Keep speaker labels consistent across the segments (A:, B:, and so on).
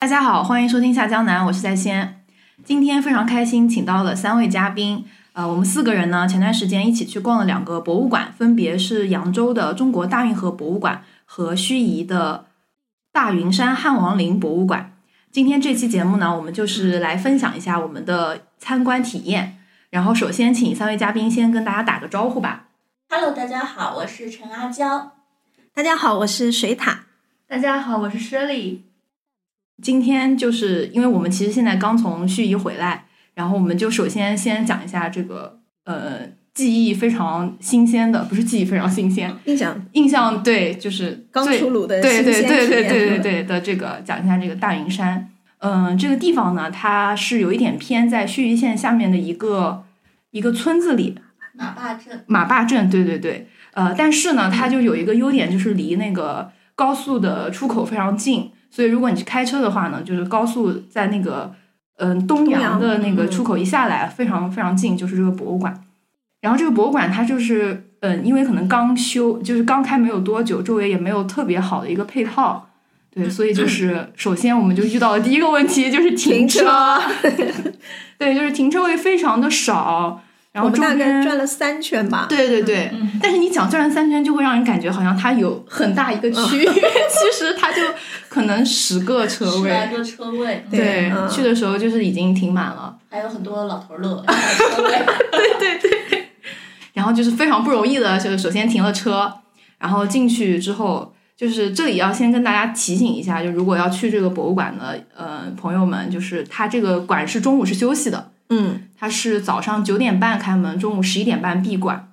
A: 大家好，欢迎收听下江南，我是在先。今天非常开心，请到了三位嘉宾。呃，我们四个人呢，前段时间一起去逛了两个博物馆，分别是扬州的中国大运河博物馆和盱眙的大云山汉王陵博物馆。今天这期节目呢，我们就是来分享一下我们的参观体验。然后，首先请三位嘉宾先跟大家打个招呼吧。
B: Hello，大家好，我是陈阿娇。
C: 大家好，我是水獭。
D: 大家好，我是 Shirley。
A: 今天就是因为我们其实现在刚从盱眙回来，然后我们就首先先讲一下这个呃记忆非常新鲜的，不是记忆非常新鲜，
C: 印象
A: 印象对，就是
C: 嗯刚
A: 最
C: 出炉的
A: 对对
C: 新鲜
A: 对
C: 体
A: 对对
C: 验
A: 对
C: 是吧
A: 对的这个讲一下这个大云山。嗯，这个地方呢，它是有一点偏在盱眙县下面的一个一个村子里，
B: 马坝镇
A: 马坝镇，对对对，呃，但是
C: 嗯
A: 呢，它就有一个优点，就是离那个高速的出口非常近，所以如果你去开车的话呢，就是高速在那个嗯、东阳的那个
C: 嗯
A: 出口一下来，非常非常近，就是这个博物馆。然后这个博物馆它就是嗯，因为可能刚修，就是刚开没有多久，周围也没有特别好的一个配套。
C: 嗯
A: 对，所以 就是首先我们就遇到的第一个问题 就是停
C: 停车
A: 对，就是停车位非常的少，然
C: 我
A: 后
C: 们
A: 周
C: 大概
A: 边
C: 转了三圈吧。
A: 对对对，
B: 嗯
A: 但是你讲转了三圈，就会让人感觉好像它有很大一个区域， 其实它就可能十个车
B: 嗯十来
A: 位。
B: 个车位，
C: 对
A: 对，
C: 嗯
A: 去的时候就是已经停满了，
B: 还有很多老头乐车位。
A: 然后就是非常不容易的，就是首先停了车，然后进去之后，就是这里要先跟大家提醒一下，就如果要去这个博物馆的呃朋友们，就是它这个馆是中午是休息的，
C: 嗯，
A: 它是早上九点半开门，中午十一点半闭馆，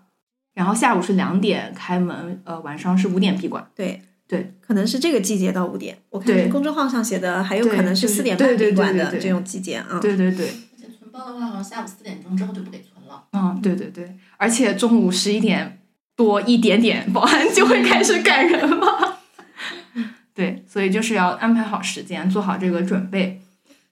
A: 然后下午是两点开门，呃，晚上是五点闭馆。
C: 对
A: 对，
C: 可能是这个季节到五点。我
A: 对
C: 看公众号上写的，还有
A: 对
C: 可能
A: 就是是
C: 四点
A: 对
C: 半
A: 对对
C: 闭馆
A: 对
C: 的
A: 对
C: 这种季节啊。
A: 对对对，
B: 而且存包的话，好像下午四点钟之后就不给存了。
A: 嗯，对对对，而且中午十一点多一点点， 保安就会开始赶人了。对，所以就是要安排好时间，做好这个准备。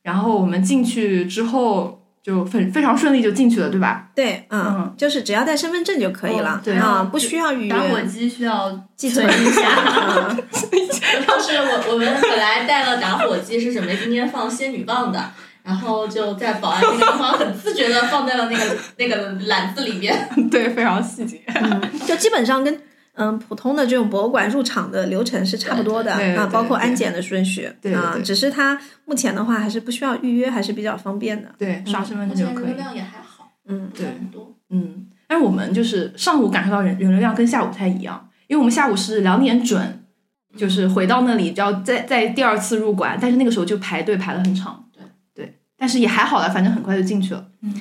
A: 然后我们进去之后就很非常顺利就进去了，对吧？
C: 对，
A: 嗯
C: 嗯，就是只要带身份证就可以了
D: 哦对
C: 啊，不需要预
D: 打火
C: 约。
D: 机 需要
C: 寄
D: 存
C: 存
D: 一下。
C: 啊，
B: 就是我我们本来带了打火机，是准备今天放仙女棒的，然后就在保安那个地方很自觉的放在了那个那个篮子里边。
A: 对，非常细节。
C: 就基本上跟嗯普通的这种博物馆入场的流程是差不多的
A: 对对对
C: 啊，包括
A: 对
C: 安检的顺序
A: 对对
C: 啊
A: 对，
C: 只是它目前的话还是不需要预约，还是比较方便的。
A: 对，刷身份
B: 目
A: 证就
B: 前
A: 可
B: 嗯流
A: 以。
B: 量也还好，
C: 嗯，
B: 不是很多。
A: 嗯，但是我们就是上午感受到人人流量跟下午不太一样，因为我们下午是两点准，就是回到那里就要再再第二次入馆，但是那个时候就排队排了很长。
B: 对
A: 对，但是也还好了，反正很快就进去了。嗯，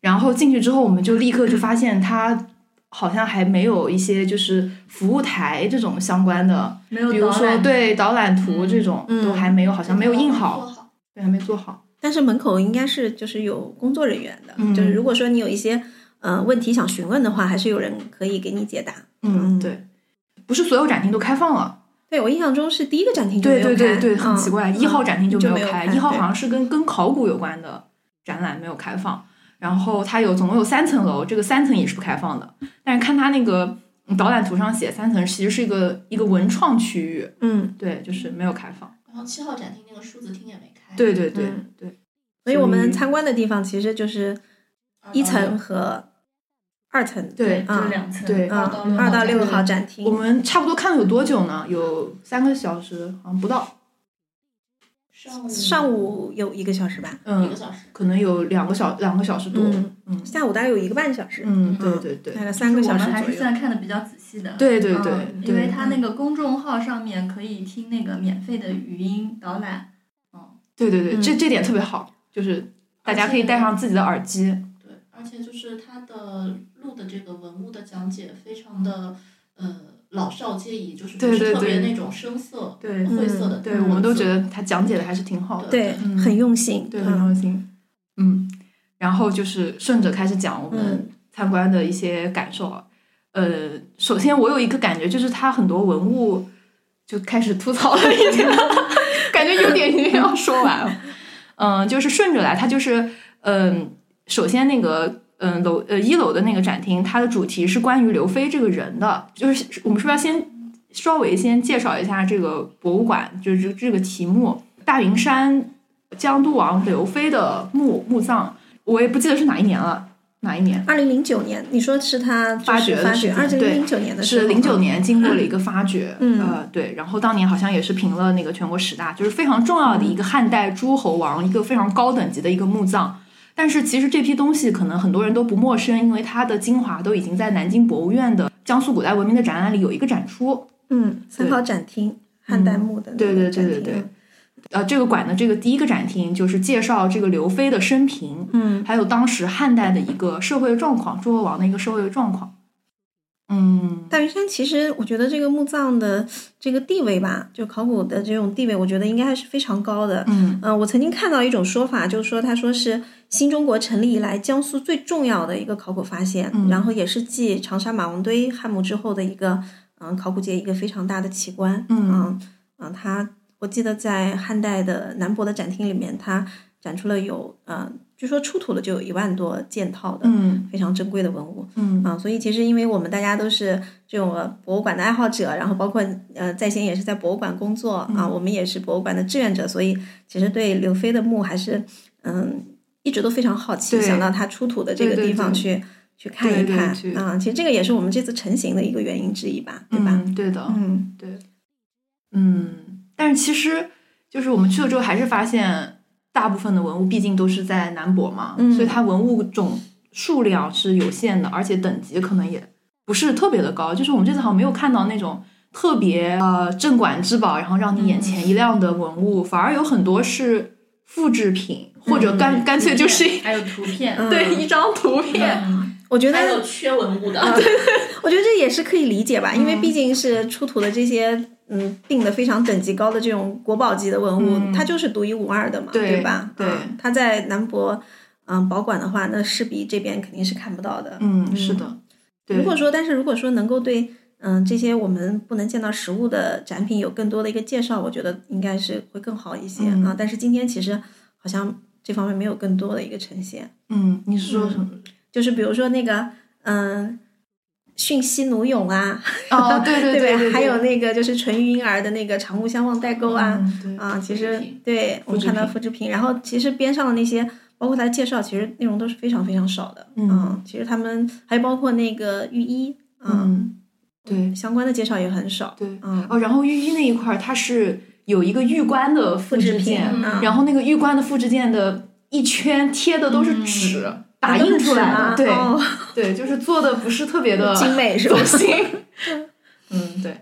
A: 然后进去之后，我们就立刻就发现它好像还没有一些就是服务台这种相关的，
D: 没有
A: 比如
D: 导
A: 说
D: 览，
A: 对导览图这种、
C: 嗯
A: 都还没有，好
B: 好
A: 像没有印好，。
B: 嗯
A: 对，还没做好。
C: 但是门口应该是就是有工作人员的，
A: 嗯
C: 就是如果说你有一些呃问题想询问的话，还是有人可以给你解答。
A: 嗯，
C: 嗯
A: 对，不是所有展厅都开放了。
C: 对我印象中是第一个展厅就没
A: 对
C: 有
A: 对
C: 开，
A: 对对，很
C: 嗯
A: 奇怪，一、号展厅就
C: 就
A: 没
C: 没有
A: 开，
C: 开
A: 一号好
C: 对
A: 像是跟跟考古有关的展览没有开放，然后它有总共有三层楼，这个三层也是不开放的，但是看它那个嗯导览图上写三层其实是一个一个文创区域，
C: 嗯，
A: 对，就是没有开放，
B: 然后七号展厅那个数字厅也没开。
A: 对对对、
C: 嗯
A: 对，
C: 所以我
A: 所以
C: 们参观的地方其实就是
B: 二到
C: 一
B: 六，
C: 层和二层，
A: 对
D: 就两层。
A: 对
C: 嗯
B: 二到六，号
C: 二到六
B: 展
C: 号展厅
A: 我，们差不多看了有多久呢？有三个小时，好像不到，
B: 上午
C: 上午有一个小时吧，
B: 一
A: 嗯
B: 个，小时。
A: 可能有两个小两个小时多，嗯
C: 嗯下午大概有一个半小时，
A: 嗯，对对对
C: 大概三个
D: 我
C: 小
D: 们
C: 时
D: 还
C: 左
D: 是
C: 右。
D: 算看的比较仔细的。
A: 对对对
D: 嗯，因为
A: 对
D: 它那个公众号上面可以听那个免费的语音导览。
A: 对对对，
C: 嗯
A: 这这点特别好，就是大家可以带上自己的耳机。
B: 对，而且就是他的录的这个文物的讲解非常的呃老少皆宜，就是不
A: 对
B: 是
A: 对
B: 特别
A: 对
B: 那种深色
A: 对嗯
B: 灰色的，嗯
A: 对，我们都觉得他讲解的还是挺好的，
C: 对，
A: 嗯
C: 很用心。
A: 对，很
C: 嗯
A: 用心。嗯，然后就是顺着开始讲我们参观的一些感受啊。呃，首先我有一个感觉，就是他很多文物就开始吐槽了一点， 感觉有点已经要说完了。嗯、就是顺着来，它就是嗯、首先那个。嗯，楼呃一楼的那个展厅，它的主题是关于刘飞这个人的，就是我们是不是要先稍微先介绍一下这个博物馆，就是这这个题目？大云山江都王刘飞的墓墓葬，我也不记得是哪一年了，哪一年？
C: 二零零九年，你说是他就是
A: 发掘的
C: 发
A: 是
C: 掘，二零零九年的时
A: 是
C: 候，
A: 零九年经过了一个发掘，
C: 嗯
A: 呃，对，然后当年好像也是评了那个全国十大，就是非常重要的一个汉代诸侯王一个非常高等级的一个墓葬。但是其实这批东西可能很多人都不陌生，因为它的精华都已经在南京博物院的江苏古代文明的展览里有一个展出。
C: 嗯，三号展厅，汉代墓的
A: 嗯
C: 那
A: 对对对
C: 个展
A: 对
C: 厅，
A: 对，呃，这个馆的这个第一个展厅就是介绍这个刘飞的生平，
C: 嗯，
A: 还有当时汉代的一个社会状况，诸侯王的一个社会状况。嗯，
C: 大云山其实我觉得这个墓葬的这个地位吧，就考古的这种地位，我觉得应该还是非常高的。
A: 嗯，
C: 嗯、我曾经看到一种说法，就是说他说是新中国成立以来江苏最重要的一个考古发现，
A: 嗯
C: 然后也是继长沙马王堆汉墓之后的一个嗯考古界一个非常大的奇观。
A: 嗯
C: 嗯嗯，它我记得在汉代的南博的展厅里面，它展出了有呃，据说出土了就有一万多件套的、
A: 嗯
C: 非常珍贵的文物。
A: 嗯
C: 啊，所以其实因为我们大家都是这种呃博物馆的爱好者，然后包括呃在线也是在博物馆工作、啊，
A: 嗯
C: 我们也是博物馆的志愿者，所以其实对刘飞的墓还是嗯一直都非常好奇，
A: 对
C: 想到他出土的这
A: 对
C: 个
A: 对
C: 地方
A: 对
C: 去去看一
A: 对对
C: 看
A: 去
C: 啊，其实这个也是我们这次成型的一个原因之一吧，对吧？
A: 嗯对的，
C: 嗯
A: 嗯，但是其实就是我们去了之后，还是发现大部分的文物毕竟都是在南博嘛，
C: 嗯
A: 所以它文物种数量是有限的，而且等级可能也不是特别的高。就是我们这次好像没有看到那种特别呃镇馆之宝，然后让你眼前一亮的文物，反而有很多是复制品，或者干、干脆就是一、
D: 还有图片，
C: 嗯
A: 对一张图片。
D: 嗯
C: 我觉得
B: 还有缺文物的，
A: 啊
C: 我觉得这也是可以理解吧，因为
A: 嗯
C: 毕竟是出土的这些，嗯，定的非常等级高的这种国宝级的文物，
A: 嗯
C: 它就是独一无二的嘛，
A: 对
C: 吧？
A: 对
C: 嗯它在南博，嗯，保管的话，那势必这边肯定是看不到的。
A: 嗯，是的，对
C: 如果说，但是如果说能够对，嗯，这些我们不能见到实物的展品有更多的一个介绍，我觉得应该是会更好一些、
A: 嗯
C: 啊。但是今天其实好像这方面没有更多的一个呈现。
A: 嗯，你是说什 么？
C: 就是比如说那个，嗯，讯息奴俑啊，
A: 哦对对对
C: 对
A: 对对
C: 吧？还有那个就是淳于婴儿的那个长目相望代沟啊，
A: 嗯对
C: 啊，其
D: 复制
C: 实
D: 品
C: 对我们
A: 制
C: 看到
A: 品
C: 复制品，然后其实边上的那些，包括他的介绍，其实内容都是非常非常少的，
A: 嗯
C: 其实他们还有包括那个御医，
A: 嗯，对
C: 相关的介绍也很少，
A: 对，
C: 嗯，
A: 哦，然后御医那一块儿，它是有一个玉冠的复制件，嗯
C: 品啊
A: 然后那个玉冠的复制件的一圈贴的都是纸、打
C: 嗯都
A: 印
C: 是
A: 出来
C: 纸吗
A: 的，对、
C: 哦
A: 对，就是做的不是特别的
C: 精美是吧
A: 走？ 心。嗯，对，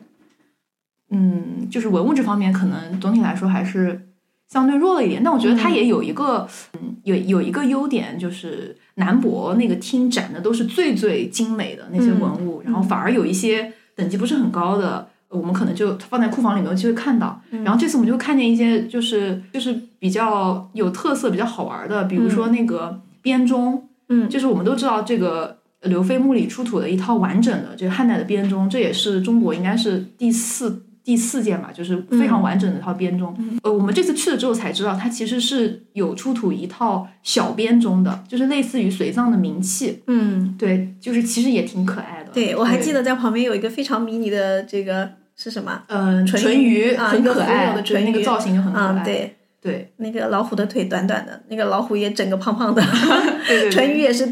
A: 嗯，就是文物这方面，可能总体来说还是相对弱了一点。但我觉得它也有一个，嗯，有有一个优点，就是南博那个厅展的都是最最精美的那些文物，然后反而有一些等级不是很高的。我们可能就放在库房里没有机会看到，然后这次我们就看见一些就是就是比较有特色、比较好玩的，比如说那个编钟，
C: 嗯
A: 就是我们都知道这个呃刘飞墓里出土的一套完整的这个汉代的编钟，这也是中国应该是第四第四件吧，就是
C: 嗯
A: 非常完整的一套编钟。呃，我们这次去了之后才知道，它其实是有出土一套小编钟的，就是类似于随葬的冥器。
C: 嗯，
A: 对，就是其实也挺可爱的。
C: 对我还记，得在旁边有一个非常迷你的这个是什么？
A: 嗯、呃，
C: 纯
A: 纯鱼、
C: 啊
A: 很
C: 一个
A: 可
C: 浮游
A: 爱，
C: 的
A: 对
C: 纯
A: 那个
C: 鱼
A: 造型就很可爱。
C: 嗯，对。
A: 对
C: 那个老虎的腿短短的，那个老虎也整个胖胖的，
A: 对对
C: 淳于也是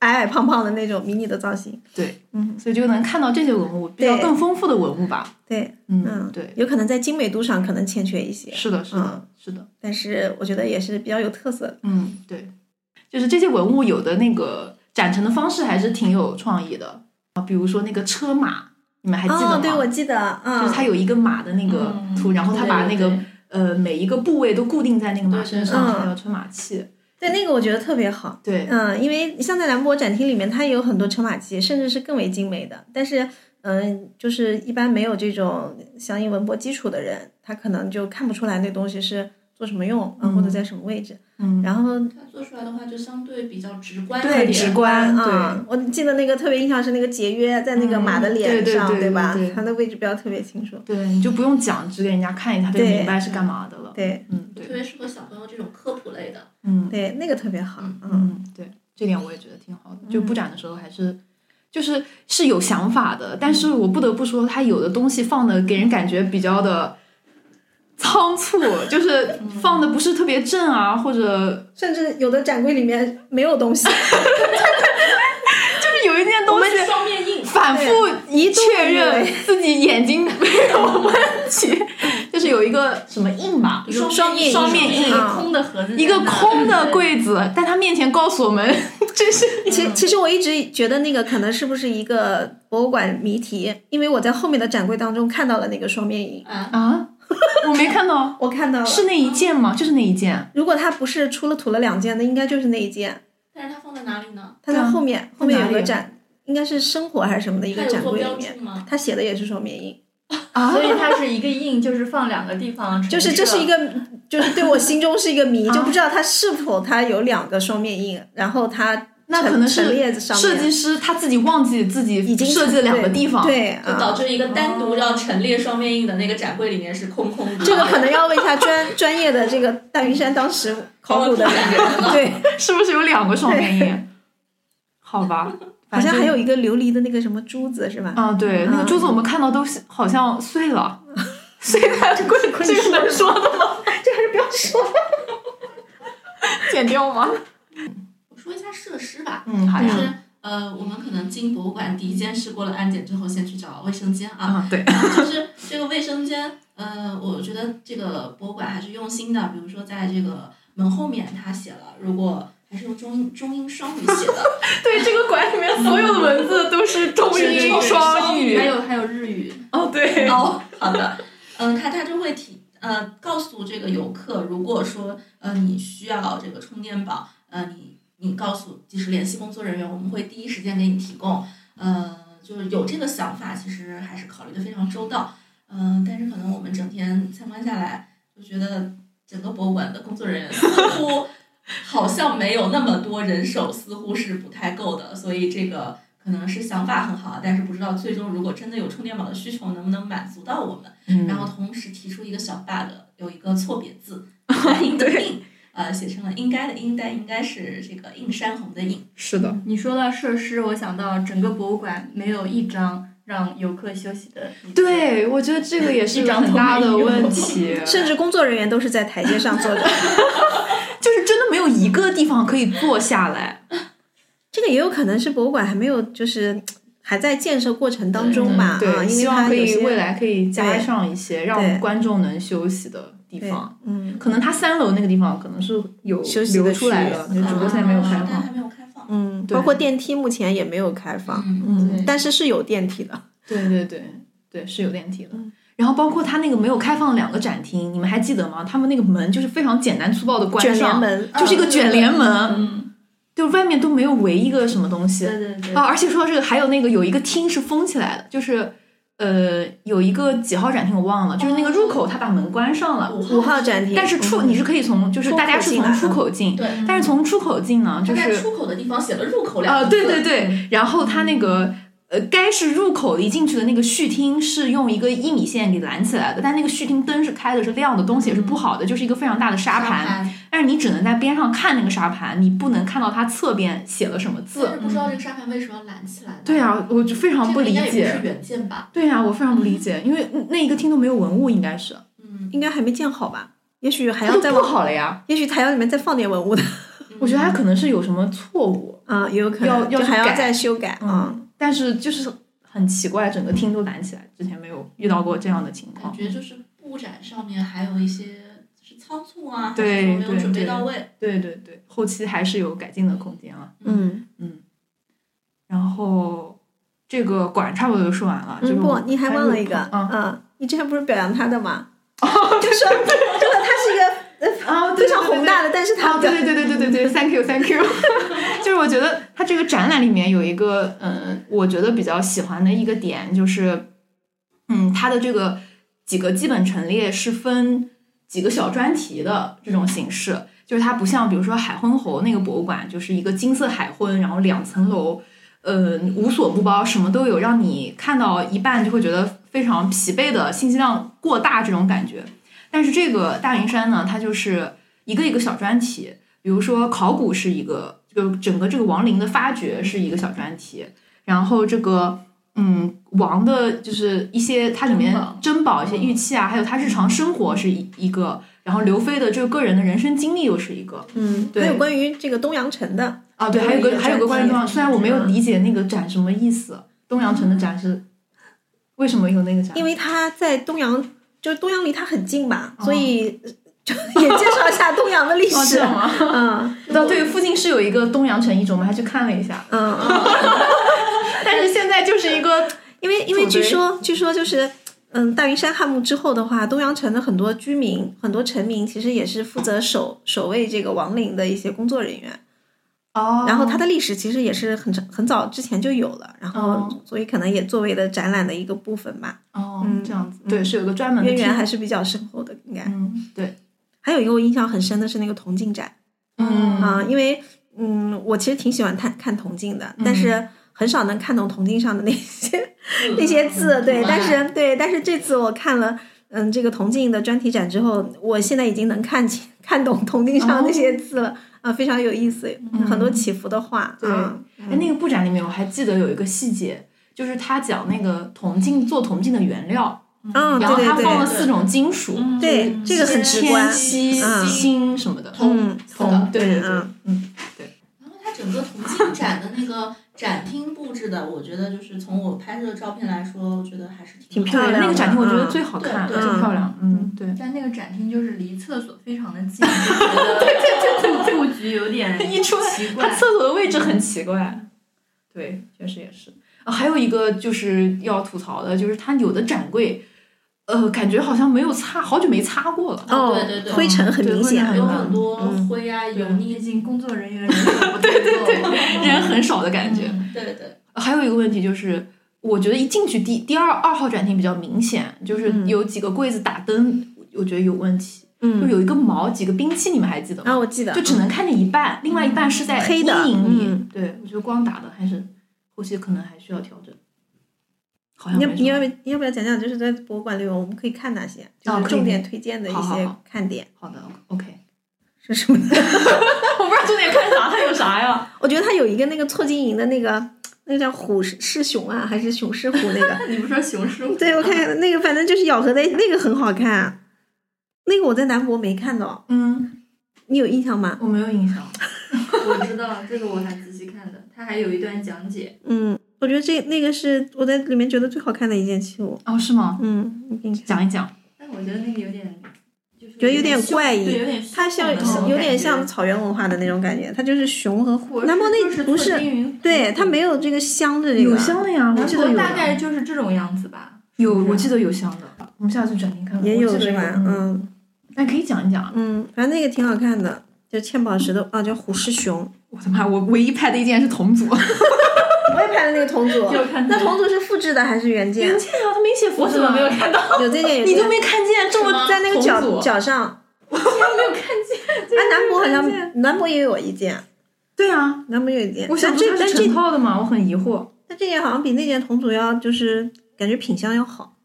C: 矮矮胖胖的那种迷你的造型。
A: 对，
C: 嗯，
A: 所以就能看到这些文物，比较
C: 对
A: 更丰富的文物吧。
C: 对，
A: 嗯
C: 嗯，
A: 对，
C: 有可能在精美度上可能欠缺一些，
A: 是的，是的，
C: 嗯
A: 是的。
C: 但是我觉得也是比较有特色的。
A: 嗯，对，就是这些文物有的那个展陈的方式还是挺有创意的啊，比如说那个车马，你们还记得吗？
C: 哦，对，我记嗯得，嗯，
A: 就是它有一个马的那个图，然后它把那个
D: 对对
A: 呃每一个部位都固定在那个马身上，
C: 嗯
A: 这叫车马器。
C: 对那个我觉得特别好。
A: 对，
C: 嗯，因为像在兰博展厅里面，它也有很多车马器，甚至是更为精美的。但是，嗯，就是一般没有这种相应文博基础的人，他可能就看不出来那东西是做什么用啊，
A: 嗯
C: 或者在什么位置。
A: 嗯
C: 然后
B: 它做出来的话就相对比较直观
A: 对
B: 一点，
A: 直观
C: 啊、我记得那个特别印象是那个节约在那个马的
A: 嗯
C: 脸
A: 对对
C: 上，
A: 对
C: 吧
A: 对对？
C: 它的位置标特别清楚。
A: 对，你就不用讲，只给人家看一下，他就
C: 对
A: 明白是干嘛的了。
C: 对
A: 嗯，对
B: 特，别适合小朋友这种科普类的。
A: 嗯，
C: 对，那个特别好。嗯，
A: 嗯，对，这点我也觉得挺好的。就布展的时候还是，就是是有想法的，但是我不得不说，它有的东西放的给人感觉比较的。仓促，就是放的不是特别正啊，或者
C: 甚至有的展柜里面没 有东西，
A: 就是有一件东西
B: 双面印，
A: 反复一确认自己眼睛没有问题，就是有一个什么印吧，
B: 双
C: 双面
B: 印，嗯
A: 双
B: 面
A: 面印
B: 一个空的盒子，
A: 啊一个空的，柜子，在他面前告诉我们这是
C: 其其实我一直觉得那个可能是不是一个博物馆谜题，因为我在后面的展柜当中看到了那个双面影，
B: 啊，
A: 啊， 我没看到，
C: 我看到了。
A: 是那一件吗？就是那一件，
C: 如果它不是出了土了两件，那应该就是那一件。
B: 但是它放在哪里呢？
C: 它在
A: 对啊
C: 后面，后面有
A: 哪
C: 个
A: 里啊
C: 展，应该是生活还是什么的一
B: 它
C: 个
B: 有
C: 展
B: 做
C: 柜
B: 标注
C: 里面，
B: 吗？
C: 它写的也是双面印，
A: 啊
D: 所以它是一个印，就是放两个地方，
C: 就是这是一
D: 个。
C: 个，就是对我心中是一个谜，
A: 啊
C: 就不知道它是否它有两个双面印，然后它
A: 那可
C: 陈
A: 能
C: 陈
A: 是
C: 列子上
A: 设
C: 面
A: 计师他自己忘记自己
C: 已经
A: 设计了两个
C: 对
A: 地方，
C: 对
B: 就导
C: 啊。
B: 致一个单独要陈列双面印的那个展柜里面是空空的。
C: 这个 可能要问一下专 专业的这个大云山当时考古的
B: 考古展人了
C: 对，
A: 是不是有两个双面印？好吧，
C: 好
A: 反正
C: 像还有嗯一个琉璃的那个什么珠子是吧？
A: 啊，对，那个珠子我们看到都是好像碎 了，碎在柜这个能说的吗？
C: 这还是不要说了。
A: 剪掉吗？
B: 我说一下设施吧，
A: 嗯，好
B: 就
A: 呀，
B: 是呃，我们可能进博物馆第一间是过了安检之后，先去找卫生间啊。
A: 啊， 对，
B: 就是这个卫生间，呃，我觉得这个博物馆还是用心的。比如说，在这个门后面，他写了，如果还是用中英中英双语写的，
A: 对，这个馆里面所有的文字都是 中
B: 是
A: 英
B: 中英
A: 双
B: 双
A: 语
D: 还，有还有日语，
A: 哦，对，
B: 哦，好的，嗯、他他就会提呃告诉这个游客，如果说呃你需要这个充电宝，呃你你告诉及时联系工作人员，我们会第一时间给你提供。呃，就是有这个想法，其实还是考虑的非常周到。嗯、但是可能我们整天参观下来，就觉得整个博物馆的工作人员似乎好像没有那么多人手，似乎是不太够的，所以这个。可能是想法很好，但是不知道最终如果真的有充电宝的需求，能不能满足到我们。
D: 嗯
B: 然后同时提出一个小 bug，有一个错别字，男应的应， 呃，写成了应该的应，但应该是这个映山红的映。
A: 是的，
D: 你说到设施，我想到整个博物馆没有一张让游客休息的椅子，
A: 对，我觉得这个也是一个很大的问题，
C: 甚至工作人员都是在台阶上坐着，
A: 就是真的没有一个地方可以坐下来，
C: 这个也有可能是博物馆还没有就是还在建设过程当中吧，啊，
A: 嗯对，
C: 因为
A: 希望
C: 它
A: 可
C: 有
A: 以
C: 些
A: 未来可以加
C: 对
A: 上一些
C: 对
A: 让观众能休息的地
C: 对
A: 方。，
C: 嗯
A: 可能它三楼那个地方可能是有
C: 休息的
A: 流出来
C: 区
A: 的，就只不过现在没有开
B: 啊但
A: 放。
B: 还没有开放。
C: 嗯，
A: 对
C: 包括电梯目前也没有开放，
B: 嗯，
C: 嗯
A: 对，
C: 但是是有电梯的，
A: 对对对对，是有电梯的
C: 嗯。
A: 然后包括它那个没有开放两个展厅，你们还记得吗？他们那个门就是非常简单粗暴的关
C: 卷帘
A: 上，
C: 门，
A: 就是一个卷帘门，
D: 嗯，
A: 就外面都没有围一个什么东西
D: 对对对，
A: 啊。而且说到这个，还有那个有一个厅是封起来的，就是呃有一个几号展厅我忘了，就是那个入口他把门关上了，
C: 嗯五号展厅，
A: 但是出
C: 嗯
A: 你是可以从就是
C: 出
A: 大家
C: 口
A: 是
C: 进
A: 从
C: 来
A: 出
C: 的
A: 口进，
B: 对，
A: 但是从出口进呢，就
B: 它在
A: 是
B: 出口嗯的地方写了入口两
A: 啊，
B: 个
A: 对对
B: 字。
A: 对，然后它那个呃，该是入口一进去的那个序厅是用一个一米线给拦起来的，但那个序厅灯是开的，是亮的，东西也是不好的，就是一个非常大的沙盘。
B: 盘，
A: 但是你只能在边上看那个沙盘，你不能看到它侧边写了什么
B: 但
A: 字嗯
B: 是。不知道这个沙盘为什么要拦起来呢？
A: 对啊，我就非
B: 这
A: 常
B: 个
A: 不理
B: 应该也不
A: 解
B: 是。原件吧？
A: 对啊，我非常不理解，因为那一个厅都没有文物，应该是
B: 嗯，
C: 应该还没建好吧？也许
B: 哎
C: 还
A: 它
C: 要
A: 就
C: 再
A: 不
C: 往，
A: 好了呀。
C: 也许还要里面再放点文物的，
A: 我觉得它
B: 嗯
A: 可能是有什么错误，
C: 啊，也有可能
A: 要要
C: 就还
A: 去
C: 要
A: 改
C: 再修改啊。
A: 嗯，但是就是很奇怪，整个厅都拦起来，之前没有遇到过这样的情况
B: 感。觉就是布展上面还有一些就是仓促啊，
A: 对
B: 还是说没
A: 对
B: 有准备
A: 对
B: 到位。
A: 对对对，后期还是有改进的空间了。
C: 嗯，
A: 然后这个馆差不多就说完了。就
C: 嗯
A: 是
C: 不
A: 我，
C: 你还忘了一个，
A: 啊
C: 嗯，你之前不是表扬他的吗？
A: 哦
C: 就说这个他是一个呃
A: 啊，
C: 非常宏大的，但是
A: 啊，
C: 他
A: 对对对
C: 的
A: 对对对对，thank you，thank you。就是 我觉得它这个展览里面有一个，嗯，我觉得比较喜欢的一个点就是，嗯，它的这个几个基本陈列是分几个小专题的这种形式，就是它不像比如说海昏侯那个博物馆，就是一个金色海昏，然后两层楼，呃，无所不包，什么都有，让你看到一半就会觉得非常疲惫的信息量过大这种感觉。但是这个大云山呢，它就是一个一个小专题，比如说考古是一个，就整个这个王陵的发掘是一个小专题，然后这个嗯，王的就是一些它里面
D: 珍宝
A: 珍宝、一些玉器啊，还有他日常生活是一一个，然后刘飞的这个个人的人生经历又是一个
C: 嗯，
A: 对
C: 还有关于这个东阳城的，
A: 啊，对，还有
C: 对
A: 个还有个关于东阳，虽然我没有
D: 嗯
A: 理解那个展什么意思，东阳城的展是为什么有那个展？
C: 因为他在东阳，就是东阳离他很近吧，
A: 哦
C: 所以 就也介绍一下东阳的历
D: 哦，
C: 史。
D: 这样吗？
A: 啊
C: 嗯
A: 那哦对附近是有一个东阳城遗址，我们还去看了一下，
C: 嗯，嗯
A: 但是现在就是一个
C: 因为因为
A: 土
C: 据
A: 堆
C: 说据说就是，嗯，大云山汉墓之后的话，东阳城的很多居民、很多臣民其实也是负责守守卫这个王陵的一些工作人员。
A: 哦
C: 然后它的历史其实也是很长很早之前就有了，然后
A: 哦
C: 所以可能也作为了展览的一个部分吧。
A: 哦
C: 嗯
A: 这样子，
C: 嗯
A: 对，是有个专门的
C: 渊源
A: 厅
C: 还是比较深厚的，应该。
A: 嗯对
C: 还有一个我印象很深的是那个铜镜展
A: 嗯
C: 啊、因为嗯，我其实挺喜欢看看铜镜的，但
A: 嗯
C: 是很少能看懂铜镜上的那些那些字。对，
B: 嗯
C: 但是对，但是这次我看了嗯这个铜镜的专题展之后，我现在已经能看清看懂铜镜上那
A: 哦
C: 些字了。啊，非常有意思，很多起伏的话。
A: 嗯对
C: 啊
A: 哎，那个布展里面我还记得有一个细节，就是他讲那个铜镜做铜镜的原料，
C: 嗯，
A: 然后
C: 对
A: 他
C: 对
A: 放了
C: 对，
A: 四种金属，
C: 对
A: 嗯
C: 这个很直观
A: 锡、
C: 嗯
A: 锌什么的，
C: 嗯
A: 铜，对对对，
C: 嗯
A: 嗯，
B: 然后它整个铜镜展的那个展厅布置的，我觉得就是从我拍摄的照片来说，我觉得还是挺
C: 挺
B: 好
C: 漂
A: 对
C: 亮的
A: 那个展厅我觉得最好
B: 嗯
A: 看，
B: 对
A: 最漂亮，嗯，对。
D: 但那个展厅就是离厕所非常的近，我觉 得布布局有点
A: 一出来
D: 奇怪
A: 他。厕所的位置
C: 嗯
A: 很奇怪，对，确实也是。啊，还有一个就是要吐槽的，就是他有的展柜，呃，感觉好像没有擦，好久没擦过了。
C: 哦，
B: 对对对
C: 灰尘很
A: 对
C: 明
A: 灰
C: 显
A: 尘，
B: 有很多灰啊、油
A: 嗯
B: 腻，
D: 毕竟工作人员人手不对对对
A: 人很少的感觉。
B: 对对，
A: 还有一个问题就是，我觉得一进去第第二二号展厅比较明显，就是
C: 嗯
A: 有几个柜子打灯，我觉得有问题。就
C: 嗯，
A: 有一个毛，几个兵器，你们还记得
C: 然
A: 吗？
C: 后我记得
A: 就只能看见一半，另外一半是在
C: 黑的
A: 阴影里。
C: 嗯
A: 对，我觉得光打的还是后期可能还需要调整。好像
C: 你要
A: 没什么
C: 嗯你要不你要不要讲讲，就是在博物馆里面我们可以看哪些，就
A: 哦
C: 是
A: 可以
C: 重点推荐的一
A: 好好
C: 些
A: 好
C: 看点
A: 好的，OK。
C: 是什么呢？
A: 我不知道重点看啥，它有啥呀？
C: 我觉得它有一个那个错金营的那个那个叫虎是是熊啊，还是熊狮虎那个？
D: 你不说熊师傅？
C: 对，我看那个反正就是咬合那那个很好看，啊那个我在南博没看到，
A: 嗯，
C: 你有印象吗？
A: 我没有印象。
D: 我知道这个，我还仔细看的，他还有一段讲解。
C: 嗯，我觉得这那个是我在里面觉得最好看的一件器物。
A: 哦，是吗？
C: 嗯，你给你看
A: 讲一讲。
D: 但我觉得那个有点，就是
C: 觉得有点
D: 凶
C: 怪异
D: 对，有点
C: 它像
A: 那种
C: 有点像
D: 感
C: 草原文化的那种感觉，它就是熊和虎。
D: 觉。
C: 南博
D: 我
C: 那
D: 是
C: 不
D: 特
C: 是
D: 定云
C: 对，
A: 嗯
C: 它没有这个香的这个。
A: 的呀，
D: 我记得
A: 有
D: 大
A: 的
D: 概就是这种样子吧。
A: 有，
D: 是
A: 我记得有香的。我们下次转厅看看。
C: 也
A: 我
C: 有
A: 记得
C: 是吧？
A: 嗯，
C: 嗯
A: 那可以讲一讲。
C: 嗯，反正那个挺好看的，就嵌宝石的啊，叫虎狮熊。
A: 我的妈！我唯一拍的一件是同组。
C: 我也拍了那个铜组，
D: 有看
C: 那
D: 头
C: 铜组是复制的还是原件？
A: 件啊，他没写
D: 我怎么没有看到？
C: 有这件，有这
A: 你都
C: 件。
A: 没看见，这么
C: 在那个
A: 同
C: 脚
A: 组
C: 脚上，
D: 没有看见。
C: 哎，南博好像南博也有一件，
A: 对啊，
C: 南博有一件。
A: 我
C: 但
A: 想
C: 这
A: 说它
C: 但
A: 是
C: 这
A: 成套的嘛，我很疑惑。
C: 但这件好像比那件铜组要就是感觉品相要好。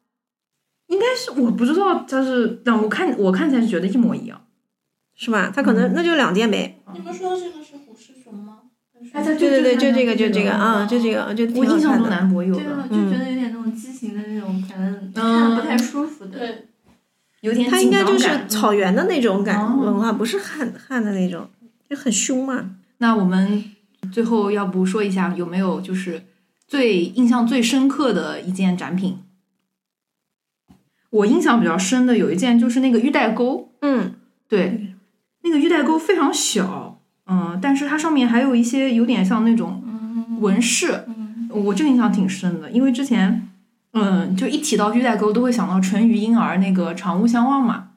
A: 应该是我不知道它是，但我看我看起来是觉得一模一样。
C: 是吧？它可能、
A: 嗯
C: 那就两件呗。
B: 你们说这个是虎狮熊吗？
D: 哎它
B: 它
D: 就
C: 对对对，就这个
A: 就
C: 就这
A: 这
C: 个
A: 个
C: 啊，就这个就挺
A: 我
C: 好
A: 印象
C: 看
A: 中
C: 的。
A: 南博有
D: 对啊，
A: 的，
D: 就觉得有点那种畸形的那种，反正看
A: 嗯
D: 着不太舒服的。
B: 对。
A: 有点
C: 它应该就
A: 紧张
C: 是
A: 感
C: 草原的那种感、
A: 哦
C: 文化，不是汉汉的那种，就很凶嘛。
A: 那我们最后要不说一下有没有就是最印象最深刻的一件展品？我印象比较深的有一件就是那个玉带钩，
C: 嗯，
A: 对，那个玉带钩非常小，嗯，但是它上面还有一些有点像那种
D: 嗯
A: 纹饰，
D: 嗯
A: 我这个印象挺深的，因为之前嗯，就一提到玉带钩都会想到淳于婴儿那个长屋相望嘛，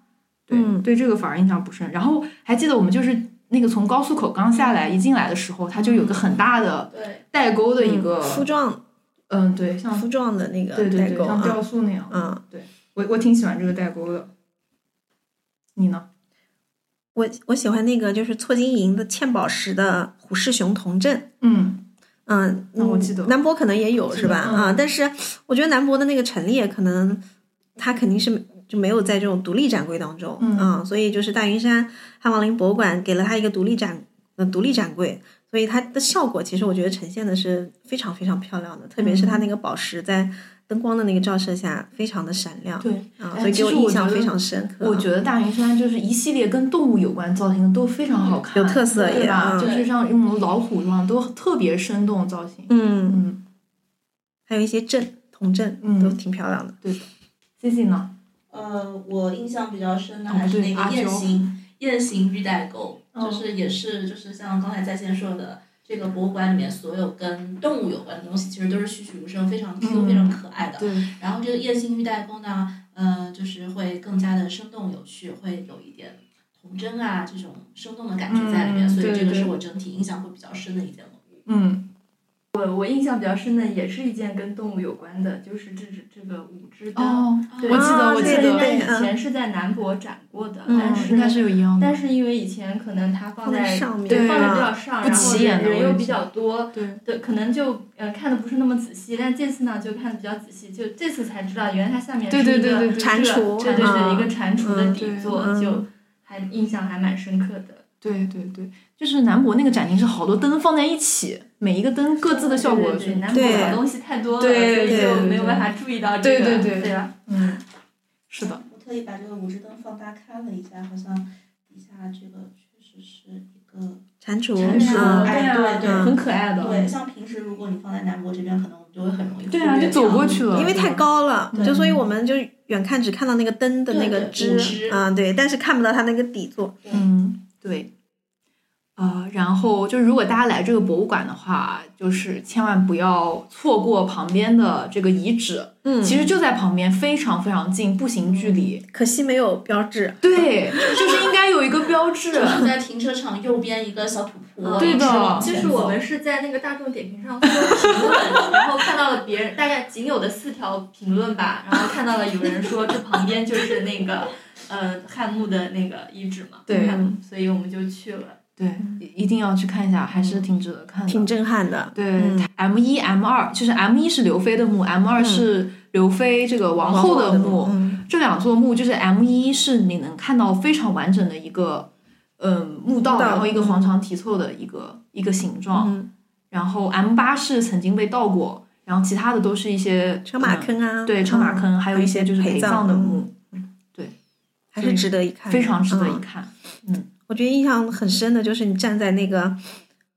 A: 对、
C: 嗯
A: 对，这个反而印象不深。然后还记得我们就是那个从高速口刚下来一进来的时候，它就有个很大的。
B: 对，
A: 代沟的一个，
C: 夫状
A: 嗯，对，像
C: 夫状的那个
A: 对对
C: 代
A: 对，
C: 沟
A: 像
C: 啊
A: 雕塑那样。
C: 啊！
A: 我我挺喜欢这个代沟的。你呢？
C: 我我喜欢那个就是错金银的嵌宝石的虎视熊铜阵，
A: 嗯，
C: 嗯，
A: 那我
C: 嗯
A: 记得
C: 南博可能也有
A: 记
C: 是吧？
A: 得嗯
C: 啊，但是我觉得南博的那个陈列可能它肯定是就没有在这种独立展柜当中
A: 嗯
C: 啊，所以就是大云山汉王陵博物馆给了它一个独立展呃独立展柜，所以它的效果其实我觉得呈现的是非常非常漂亮的，特别是
A: 嗯
C: 它那个宝石在灯光的那个照射下非常的闪亮，
A: 对
C: 啊，
A: 哎
C: 所以
A: 其
C: 给
A: 实我
C: 我印
A: 觉
C: 象
A: 得
C: 非常深刻。
A: 我觉得大云山就是一系列跟动物有关造型都非常好看，
C: 有特色
A: 对
C: 也
A: 吧？
C: 嗯
A: 就是像什么老虎嘛，都特别生动造型。
C: 嗯，
A: 嗯
C: 还有一些镇铜镇
A: 嗯
C: 都挺漂亮的。
A: ，C C 呢？
B: 呃，我印象比较深的
A: 哦
B: 还是
A: 对
B: 那
A: 阿
B: 个雁
A: 九
B: 行雁行玉带沟，
A: 哦
B: 就是也是就是像刚才在线说的，这个博物馆里面所有跟动物有关的东西，其实都是栩栩如生，非常 Q，、
A: 嗯
B: 非常可爱的。
A: 对，
B: 然后这个雁行玉带沟呢，呃，就是会更加的生动有趣，会有一点童真啊这种生动的感觉在里面，
A: 嗯
B: 所以
A: 对
B: 这个是
A: 对
B: 我整体印象会比较深的一件文物。
A: 嗯
D: 呃我我印象比较深的也是一件跟动物有关的，就是这只这个五只灯。
A: 哦，
D: 对
A: 我记得
C: 啊
A: 我记
D: 虽
C: 对对
A: 得，
D: 然
C: 对
D: 在以
C: 嗯
D: 前是在南博展过的，
C: 嗯
D: 但
A: 嗯，应该是有一样的
D: 但，是因为以前可能它放
C: 放在
D: 在
C: 上面
D: 对放在比
C: 啊
D: 较上，
A: 不
D: 然后
A: 起眼
D: 人
A: 的
D: 人
A: 位
D: 又
A: 置
D: 比较多，
A: 对，
D: 对，可能就呃看的不是那么仔细，但这次呢就看的比较仔细，就这次才知道原来它下面是
A: 对
D: 一
A: 对
D: 个
A: 对对对
C: 蟾蜍
D: 对对
C: 啊
D: 对，一个蟾蜍的
C: 嗯
A: 对
D: 底座，
C: 嗯
D: 就还印象还蛮深刻的。
A: 对对对，就是南博那个展厅是好多灯放在一起，每一个灯各自的效果
D: 对
A: 是
D: 对，南
C: 对
D: 博好东西太多了，所
A: 对
D: 以
C: 对
D: 就
A: 对
D: 没有
A: 对
D: 办法注意到这
A: 对
D: 个，
A: 对对
D: 对啊吧？
A: 嗯，是的，
B: 我特意把这个五只灯放大看了一下，好像底下这个确实是一个。
C: 蟾蜍
A: 蟾蜍
C: 啊，
B: 哎
D: 对
B: 对
C: 对
A: 很可爱的，
B: 对，像平时如果你放在南博这边，可能我们就会很容易忽
A: 对啊，
B: 略
A: 就走过去了，
C: 因为太高了，
A: 对
C: 就所以我们就远看只看到那个灯的那个
B: 对对
C: 枝
B: 五枝
C: 啊，对，但是看不到它那个底座。
A: 嗯，对。呃，然后就是如果大家来这个博物馆的话，就是千万不要错过旁边的这个遗址，
C: 嗯
A: 其实就在旁边，非常非常近，步行距离。
C: 可惜没有标志。
A: 对， 就是应该有一个标志。
B: 就是在停车场右边一个小土坡，
A: 啊对的
B: 一直往
D: 就
B: 前
D: 是我
B: 走
D: 们是在那个大众点评上搜评论，然后看到了别人大概仅有的四条评论吧，然后看到了有人说这旁边就是那个 呃汉墓的那个遗址嘛，
A: 对
D: 汉墓所以我们就去了。
A: 对，一定要去看一下，还是挺值得看的。
C: 挺震撼的，
A: 对
C: 嗯
A: ，M 一、M 二，就是 M 一是刘妃的墓，M 二是刘妃这个王后的墓。
C: 嗯
A: 这两座墓就是 M 一是你能看到非常完整的一个，嗯，墓道，
C: 墓道
A: 然后一个黄肠题凑的一个一个形状。
C: 嗯，
A: 然后 M 八是曾经被盗过，然后其他的都是一些
C: 车马
A: 嗯
C: 坑啊，
A: 对，车马
C: 嗯
A: 坑，还有一些就是陪葬的墓，
C: 还是值得一看，
A: 非常值得一
C: 嗯。
A: 看。
C: 我觉得印象很深的就是你站在那个，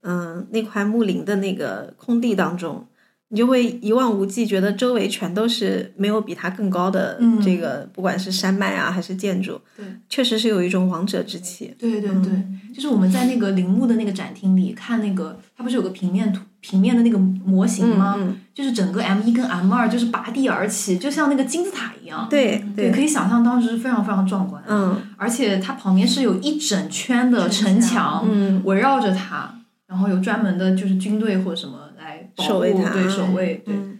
C: 嗯，那块木林的那个空地当中，你就会一望无际，觉得周围全都是没有比它更高的
A: 嗯
C: 这个，不管是山脉啊还是建筑，
A: 对，
C: 确实是有一种王者之气。
A: 对对
C: 嗯
A: 对，就是我们在那个陵墓的那个展厅里看那个，它不是有个平面图、平面的那个模型
C: 嗯
A: 吗？
C: 嗯，
A: 就是整个 M 一跟 M 二就是拔地而起，就像那个金字塔一样。
C: 对
A: 嗯对，可以想象当时是非常非常壮观。
C: 嗯
A: 而且它旁边是有一整圈的城
D: 城
A: 墙
D: 墙
C: 嗯，
A: 围绕着它，然后有专门的就是军队或者什么来保护
C: 守卫它
A: 对守卫，对、
C: 嗯。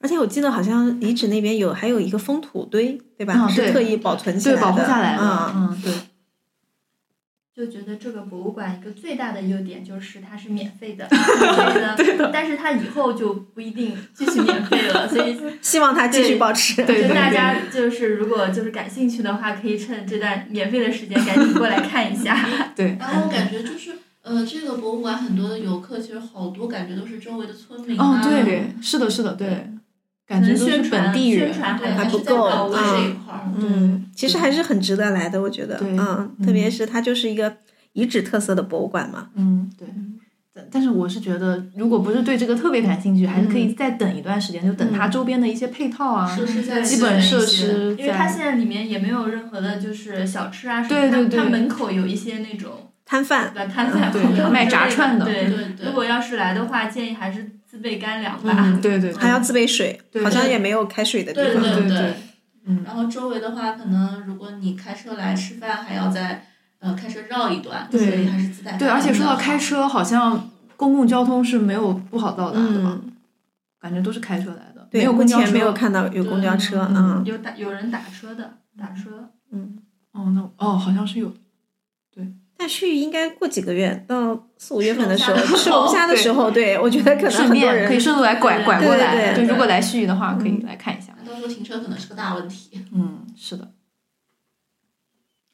C: 而且我记得好像遗址那边有还有一个封土堆，对吧？
A: 嗯
C: 是
A: 对
C: 特意保存起来
A: 对，
C: 的，
A: 保护下来了。
C: 嗯，
A: 嗯，对，
D: 就觉得这个博物馆一个最大的优点就是它是免费 的，所以呢，但是它以后就不一定继续免费了，所以
C: 希望它继续
D: 对
C: 保持。嗯
A: 对
D: 就大家就是如果就是感兴趣的话，可以趁这段免费的时间赶紧过来看一 下。
A: 对
B: 然后我感觉就是，呃，这个博物馆很多的游客其实好多感觉都是周围的村民
A: 哦
B: 啊，，
A: 对，是的，是的，对，感觉都
D: 可能
A: 是
D: 宣传
A: 本地人
D: 宣。传
B: 对，
C: 还
B: 还
C: 不
B: 是在
C: 够
B: 保卫
C: 啊
B: 这一块儿。
C: 嗯，其实还是很值得来的，我觉得，
A: 对
C: 嗯，
A: 嗯
C: 特别是它就是一个遗址特色的博物馆嘛，
A: 嗯，对。但但是我是觉得，如果不是对这个特别感兴趣，还是可以再等一段时间，就等它周边的一些配套啊、
B: 设施在
A: 基本设
B: 一些，
A: 施在，
D: 因为它现在里面也没有任何的，就是小吃啊什么
A: 对
D: 的，
A: 对对啊
D: 它它门口有一些那种
C: 摊贩，
D: 呃摊贩
A: 对
D: 广告之类
A: 卖炸串的嗯
D: 的。对，
B: 对对
D: 如。果要是来的话，建议还是自备干粮吧。
C: 嗯，
A: 对对
C: 还要自备水，
A: 对
C: 好像也没有开水的地
B: 对
C: 方，
A: 对对
B: 对，
A: 嗯
B: 然后周围的话，可能如果你开车来吃饭，还要再呃开车绕一段，
A: 对
B: 所以还是自带饭
A: 对，而且说到
B: 比较好
A: 开车，好像公共交通是没有不好到达的吧？
C: 嗯，
A: 感觉都是开车来的，
C: 对，
A: 没有
C: 目
A: 公交车。
C: 前没有看到有公交车，嗯
D: 有打有人打车的，打车。
C: 嗯，
A: 哦，那哦，好像是有。
C: 但旭应该过几个月到四五月份的时
B: 吃龙虾的
C: 候，吃龙虾的时候，对我觉得可能
A: 顺
C: 很多
A: 便可以
C: 人，
A: 顺路来拐拐过
C: 对对
A: 来。
C: 对
A: 对，
B: 对
A: 如果来盱眙的话，可以来看一下。
B: 那到时候停车可能是个大问题。
A: 嗯，是的。嗯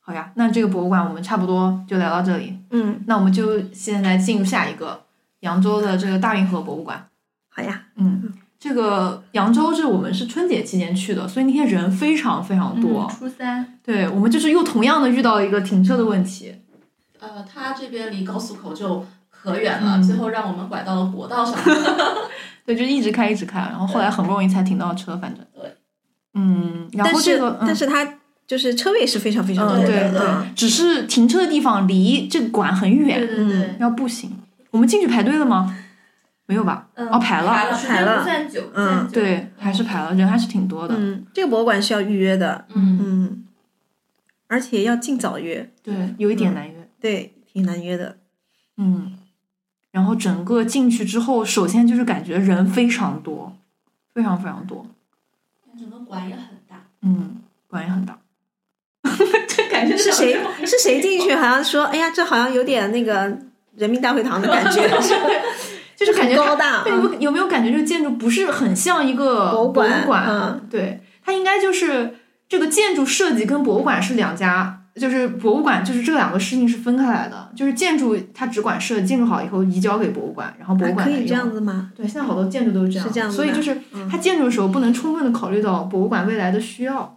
A: 好呀，那这个博物馆我们差不多就聊到这里。
C: 嗯，
A: 那我们就现在进入下一个扬州的这个大运河博物馆。
C: 好呀，
A: 嗯，这个扬州这我们是春节期间去的，所以那天人非常非常嗯多。
D: 初三，
A: 对我们就是又同样的遇到一个停车的问题。
B: 呃，它这边离高速口就可远
A: 嗯
B: 了，最后让我们拐到了国道上。
A: 对，就一直开一直开，然后后来很不容易才停到车，反正。
B: 对。
A: 嗯，然
C: 但
A: 后
C: 是
A: 这个，
C: 但
A: 嗯
C: 是它就是车位是非常非常
A: 嗯
C: 多的，
A: 对对
C: 嗯，
A: 只是停车的地方离这个馆很
D: 对
A: 远，
D: 对对，啊
A: 要步行。我们进去排队了吗？没有吧？
D: 嗯
A: 哦，排了。
D: 时间不算久，
C: 嗯
D: 算久
A: 对，还是排了，人还是挺多的。
C: 嗯，这个博物馆是要预约的，
B: 嗯，
C: 嗯，而且要尽早约，
A: 对，有一点难约。
C: 对，挺难 约的，
A: 嗯，然后整个进去之后，首先就是感觉人非常多，非常非常多。
B: 整个馆也很大。
A: 嗯，管也很大。
B: 这感觉
C: 是谁是谁进去好像说，哎呀，这好像有点那个人民大会堂的感 觉，
A: 就是感
C: 很
A: 觉
C: 高
A: 它，
C: 大，
A: 对，有
C: 嗯
A: 没有有没有感觉这个建筑不是很像一个
C: 博物
A: 馆？
C: 馆，嗯，
A: 对，它应该就是这个建筑设计跟博物馆是两家，就是博物馆就是这两个事情是分开来的，就是建筑它只管设计，建筑好以后移交给博物馆，然后博物
C: 还
A: 馆
C: 可
A: 来
C: 以这
A: 用
C: 样子吗？
A: 对，现在好多建筑都是这样，
C: 是这样子
A: 所以
C: 的
A: 就是
C: 嗯
A: 它建筑的时候不能充分的考虑到博物馆未来的需要。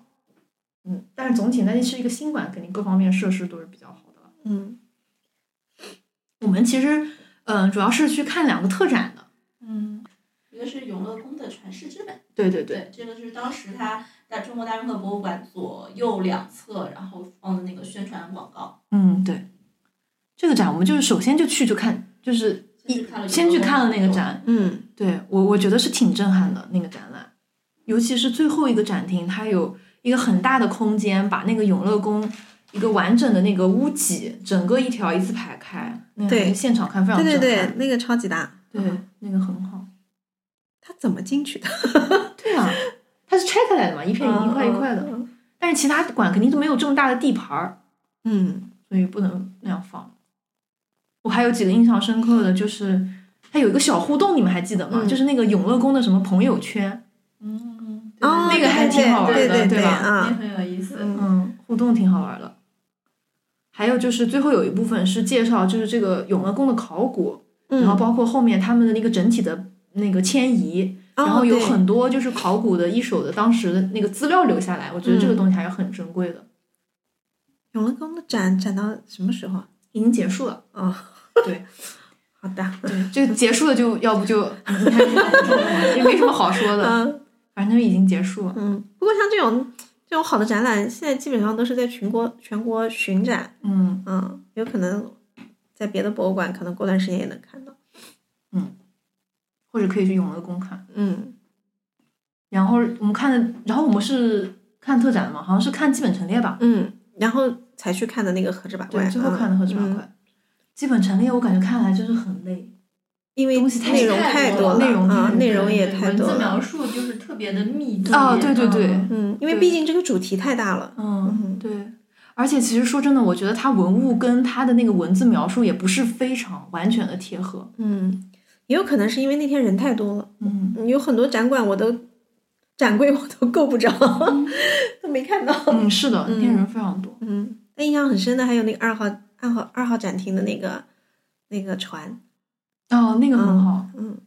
A: 嗯，但是总体那是一个新馆，肯定各方面设施都是比较好的了。
C: 嗯，
A: 我们其实嗯、呃主要是去看两个特展的。
D: 嗯，
B: 一个是永乐宫的传世之本，
A: 对对对，
B: 对，这个是当时它在中国大运河博物馆左右两侧，然后放的那个宣传广告。
A: 嗯对，这个展我们就是首先就去就看，就是一
B: 先去看了
A: 先去看了那个
B: 有
A: 展，
C: 嗯，
A: 对我我觉得是挺震撼的那个展览，尤其是最后一个展厅，它有一个很大的空间，把那个永乐宫一个完整的那个屋脊，整个一条一字排开，那个
C: 对
A: 感觉现场看非常
C: 对对嗯
A: 震
C: 对
A: 撼，，
C: 那个超级大，
A: 对那个很好，
C: 它怎么进去的？
A: 对啊， 它是拆开来的嘛，一片一块一块的，
C: 嗯，
A: 但是其他馆肯定都没有这么大的地盘儿，
C: 嗯，
A: 所以不能那样放。我还有几个印象深刻的就是，它有一个小互动，你们还记得吗？
C: 嗯
A: 就是那个永乐宫的什么朋友圈，
D: 嗯，对
C: 哦，
A: 那个还挺好玩的
C: 对对
A: 对吧
D: 那
C: 啊，
D: 很有意思，
C: 嗯
A: 嗯，互动挺好玩的。还有就是最后有一部分是介绍，就是这个永乐宫的考古，然后
C: 嗯，
A: 包括后面他们的那个整体的那个迁移，
C: 哦
A: 然后有很多就是考古的一手的当时的那个资料留下来，我觉得这个
C: 嗯
A: 东西还是很珍贵的。
C: 永乐宫的展展到什么时候啊？
A: 已经结束了，
C: 哦，
A: 对，
C: 好的，
A: 对，这个结束了就要不 就也没什么好说的，
C: 嗯
A: 反正已经结束了。
C: 嗯，不过像这种这种好的展览，现在基本上都是在全国全国巡展，
A: 嗯，
C: 嗯，有可能在别的博物馆，可能过段时间也能看到，
A: 或者可以去永乐宫看。
C: 嗯
A: 然后我们看的，然后我们是看特展嘛，好像是看基本陈列吧。
C: 嗯，然后才去看的那个和之把怪，
A: 对，最后
C: 嗯
A: 看的和之八
C: 嗯
A: 块。基本陈列我感觉看来就是很累，
C: 因为
A: 东西太
C: 内容
B: 太
C: 太
B: 多
C: 多
B: 了
C: 了，
A: 内容太
C: 嗯，
A: 多
C: 内容
D: 对
C: 也
D: 对
C: 太
D: 文
C: 多
D: 字
C: 了，
D: 描述就是特别的密集
A: 啊对对对
D: 嗯
C: 嗯，因为
A: 对
C: 毕竟这个主题太大了，
A: 嗯
C: 嗯，
A: 对。而且其实说真的，我觉得它文物跟它的那个文字描述也不是非常完全的贴合。
C: 嗯，也有可能是因为那天人太多了，
A: 嗯
C: 有很多展馆我都展柜我都够不着， 都没看到，
A: 嗯，是的，那天
C: 嗯
A: 人非常多。
C: 嗯，那印象很深的还有那个二号、二号、二号展厅的那个那个船，
A: 哦，那个很
C: 嗯
A: 好。
C: 嗯，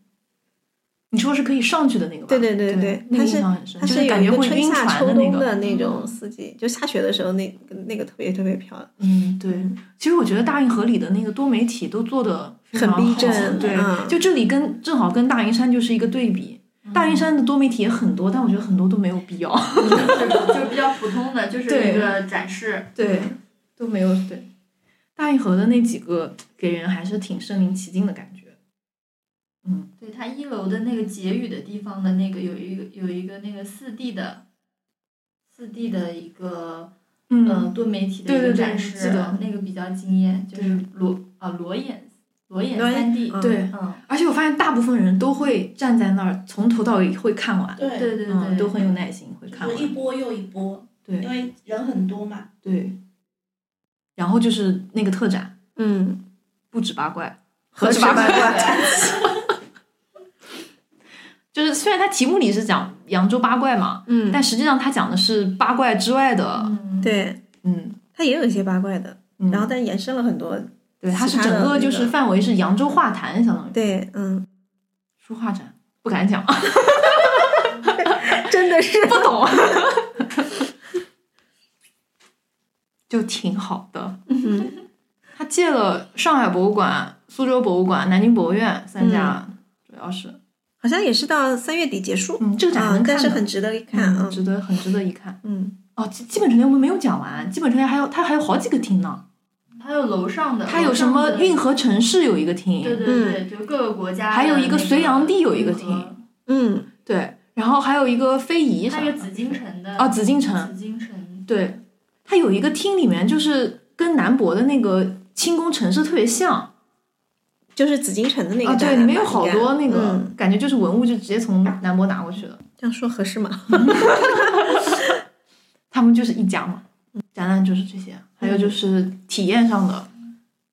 A: 你说是可以上去的那个吧？
C: 对对对
A: 对
C: 对，
A: 那
C: 它
A: 个印
C: 是
A: 象很深，
C: 它
A: 就是
C: 有
A: 感
C: 一
A: 觉
C: 个
A: 会
C: 春
A: 晕
C: 夏
A: 船
C: 秋
A: 的那
C: 冬
A: 个。
C: 的那种四季，就下雪的时候那那个特别特别漂亮，
A: 嗯，对。其实我觉得大运河里的那个多媒体都做的
C: 很逼真，
A: 对，
C: 嗯
A: 就这里跟正好跟大云山就是一个对比。大云山的多媒体也很多，但我觉得很多都没有必要。
D: 就是就是比较普通的，就是
A: 对
D: 一个展示，
A: 对，都没有对。大运河的那几个给人还是挺身临其境的感觉。
D: 对它一楼的那个结语的地方的那个有一个有一个那个四 D 的，四 D 的一个嗯，多媒体的
A: 对
D: 一
A: 对
D: 个
A: 对
D: 展示，
A: 记得
D: 那个比较惊艳，就是裸啊裸眼裸眼
C: 裸眼
D: 三 D，
C: 嗯
A: 对。
D: 嗯，
A: 而且我发现大部分人都会站在那儿，从头到尾会看完，
B: 对
D: 对对
A: 嗯，
D: 对，
A: 都很有耐心会看
B: 就
A: 完
B: 是。一波又一波，
A: 对
B: 因为人很多嘛。
A: 对，然后就是那个特展，
C: 嗯，
A: 不止八怪，
C: 何
A: 止
C: 止
A: 八
C: 八
A: 怪。
C: 怪
A: 就是虽然它题目里是讲扬州八怪嘛，
C: 嗯，
A: 但实际上它讲的是八怪之外的，
D: 嗯，
C: 对
A: 嗯，
C: 它也有一些八怪的，
A: 嗯
C: 然后但延伸了很多。
A: 对，它是
C: 其他
A: 整
C: 的
A: 个
C: 那
A: 就是
C: 个嗯
A: 范围是扬州画坛，相当于
C: 对， 嗯，
A: 书画展，不敢讲，
C: 真的是
A: 不懂， 就挺好的。
C: 嗯
A: 他借了上海博物馆、苏州博物馆、南京博物院三家，
C: 嗯
A: 主要是
C: 好像也是到三月底结束
A: 嗯，这个展还
C: 啊
A: 能，看
C: 但
A: 的，
C: 是很值得一看
A: 嗯
C: 啊。
A: 值得很值得一看。
C: 嗯，
A: 哦，基基本城店我们没有讲完，基本城店还有它还有好几个厅呢，
D: 还有楼上
C: 嗯
D: 的，
A: 它有什
D: 楼
A: 么
D: 上的
A: 运河城市有一个厅，
D: 对对对，就各个国家的那个，
A: 还有一个隋炀帝有一个
D: 运河
A: 厅，
C: 嗯，
A: 对，然后还有一个非遗啥
D: 还有
A: 的，
D: 紫禁城的
A: 哦，紫禁城，
D: 紫禁城，
A: 对，它有一个厅里面就是跟南博的那个清宫城市特别像
C: 就是紫禁城的那个
A: 啊，
C: 展
A: 对，
C: 览吧，
A: 里面有好
C: 应该
A: 多那个、
C: 嗯
A: 感觉就是文物就直接从南博拿过去的，
C: 这样说合适吗？
A: 他们就是一家嘛。展览就是这些，还有就是体验上的，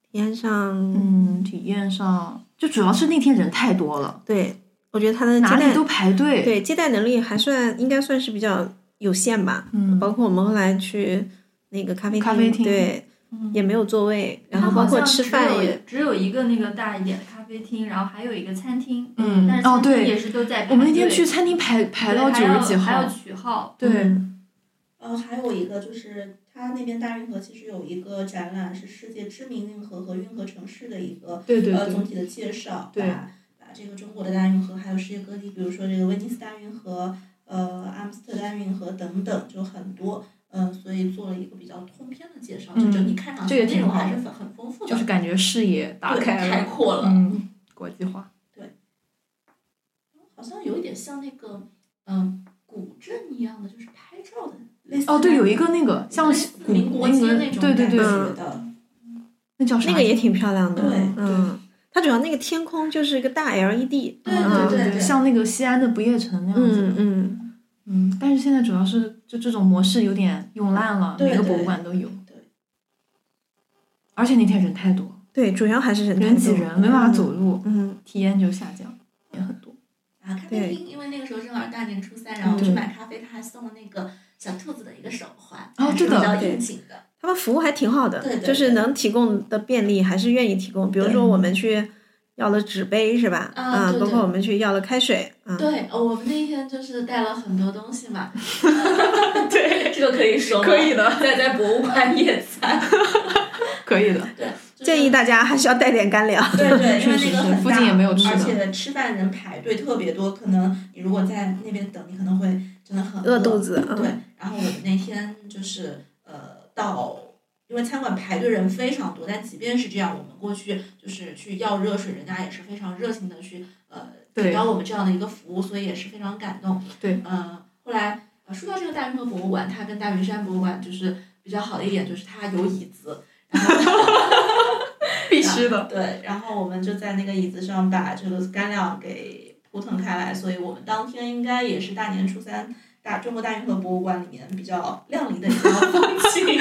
C: 体验上，
A: 嗯，体验上就主要是那天人太多了，
C: 对我觉得它的接
A: 哪里
C: 待
A: 都排队，
C: 对接待能力还算应该算是比较有限吧。
A: 嗯，
C: 包括我们后来去那个咖啡
A: 咖啡厅
C: 对，也没有座位，然后包括吃饭也，
D: 只有一个那个大一点的咖啡厅，然后还有一个餐厅，
A: 嗯
D: 但是
A: 哦
D: 餐厅
A: 对
D: 也是都在排队。
A: 我们那天去餐厅排排
D: 对
A: 到
D: 还
A: 九
D: 要
A: 十几
D: 还
A: 号
D: 要，取号，
A: 对，
B: 呃，还有一个就是它那边大运河其实有一个展览是世界知名运河和运河城市的一个
A: 对对
B: 呃
A: 对
B: 总体的介绍，
A: 对
B: 把把这个中国的大运河，还有世界各地，比如说这个威尼斯大运河、呃阿姆斯特丹运河等等，就很多，嗯、所以做了一个比较通篇的介绍，就整体看上
A: 嗯这个
B: 去内
A: 挺
B: 容
A: 好
B: 还是很很丰富的，
A: 就是感觉视野打
B: 对
A: 开
B: 开
A: 了，
B: 阔了，
A: 嗯，国际化，
B: 好像有一点像那个嗯、古镇一样的，就是拍照的类似
A: 哦，对，
B: 那
A: 有
B: 种
A: 一个那个像古
B: 民嗯国街
A: 那
B: 那
A: 个
B: 种
A: 对对
B: 感觉
A: 对，
B: 的，
A: 那叫啥？
C: 那个也挺漂亮的。
B: 对
C: 嗯，它主要那个天空就是一个大 LED，
B: 对
C: 嗯
B: 对对
A: 像那个西安的不夜城那样子
C: 嗯
A: 的。
C: 嗯，
A: 嗯，但是现在主要是就这种模式有点用烂了，
B: 对
A: 每个
B: 对
A: 博物馆都有。
B: 对
A: 而且那天人太多，
C: 对，主要还是人
A: 人
C: 太
A: 挤
C: 多
A: 人，没办法走。路，
C: 嗯，
A: 体验就下降，也很多。
B: 啊，咖
C: 对
B: 啡厅，因为那个时候正好大年初三，然后我去
A: 对
B: 买咖啡，他还送了那个小兔子的一个手环，
A: 哦
B: 还
A: 对
B: 是
A: 的
B: 比较
C: 对
B: 应景的。
C: 他们服务还挺好的，
B: 对对对
C: 就是能提供的便利还是愿意提供。比如说我们去要了纸杯是吧？
B: 啊
C: 啊，
B: 对
C: 包
B: 对
C: 括我们去要了开水，啊，
B: 对，呃我们那一天就是带了很多东西嘛。对， 这个可以说吗
A: 的，
B: 在在博物馆 野餐。
A: 可以的。
B: 对，就是
C: 建议大家还是要带点干粮。
B: 对对，
A: 是
B: 因为那
A: 是
B: 个
A: 是
B: 很大，
A: 附近也没有吃的
B: 而且吃饭人排队特别多，可能你如果在那边等，你可能会真的很
C: 饿肚子，
A: 嗯
B: 对，然后我们那天就是呃到，因为餐馆排队人非常多，但即便是这样，我们过去就是去要热水，人家也是非常热情的去呃
A: 对
B: 给到我们这样的一个服务，所以也是非常感动。
A: 对，
B: 呃，后来呃说到这个大运河博物馆，它跟大云山博物馆就是比较好的一点就是它有椅子。然后
A: 必
B: 对，然后我们就在那个椅子上把这个干粮给铺腾开来，所以我们当天应该也是大年初三大中国大运河博物馆里面比较亮丽的一道风景。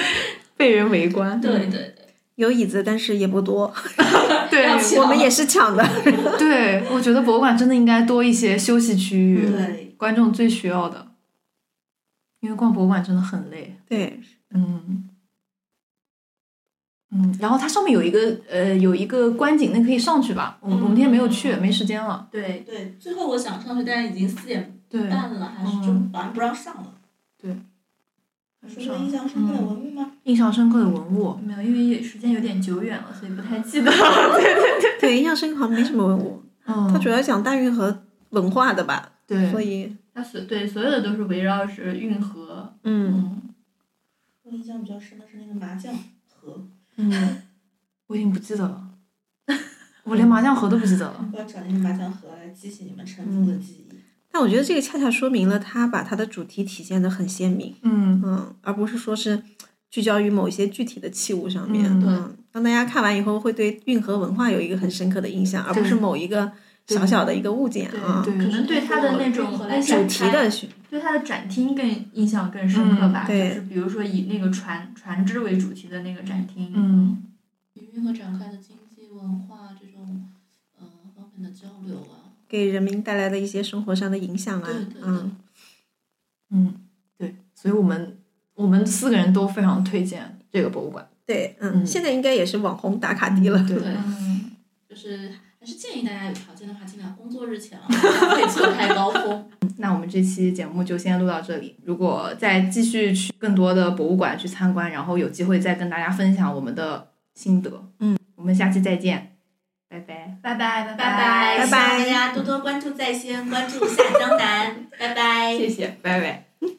A: 被人围观。
B: 对对对，
C: 有椅子，但是也不多，
A: 嗯对
B: 要抢
C: 我们也是抢的。
A: 对，我觉得博物馆真的应该多一些休息区域，
B: 对
A: 观众最需要的，因为逛博物馆真的很累。
C: 对，
A: 嗯，嗯，然后它上面有一个呃有一个观景，那可以上去吧？我们我们那天没有去，没时间了。
D: 对，
B: 对，最后我想上去，但是已经四点
A: 对，
B: 半了，还是就好像不让上了。说说印象深刻的文物吗？
A: 印象深刻的文物，
D: 没有，因为也时间有点久远了，所以不太 记得。
C: 对，印象深刻好像没什么文物，它
A: 嗯，
C: 主要讲大运河文化的吧，
A: 对
C: 所，以
D: 它所对所有的都是围绕着运河，
C: 嗯
D: 嗯，
B: 我印象比较深的是那个麻将盒，
C: 嗯，
A: 我已经不记得了，我连麻将盒都不记得了。
B: 我要找那个麻将盒来激起你们尘封的记忆。
C: 但我觉得这个恰恰说明了它把它的主题体现的很鲜明，
A: 嗯，
C: 嗯，而不是说是聚焦于某一些具体的器物上面，
A: 嗯
C: 嗯，让大家看完以后会对运河文化有一个很深刻的印象，而不是某一个小小的一个物件啊，
A: 嗯对
D: 可能对它的那种
B: 对
C: 主题的选
D: 对它的展厅更印象更深刻
C: 嗯
D: 吧，
C: 对
D: 就是比如说以那个船船只为主题的那个展厅，
A: 嗯，
B: 与运河展开的经济文化这种，嗯、方面的交流啊，
C: 给人民带来的一些生活上的影响啊
B: 对对，对。
C: 嗯，
A: 嗯对，所以我们我们四个人都非常推荐
E: 这个博物馆。
C: 对，嗯，现在应该也是网红打卡地了。
E: 对，
B: 嗯，就是还是建议大家有条件的话，尽量工作日前啊，可以错开高峰。
A: 那我们这期节目就先录到这里。如果再继续去更多的博物馆去参观，然后有机会再跟大家分享我们的心得。
C: 嗯，
A: 我们下期再见，拜拜。
D: 拜拜拜
B: 拜拜，
C: 拜
B: 希望大家多多关注在先，关注下江南，拜拜。
A: 谢谢，拜拜。
B: 拜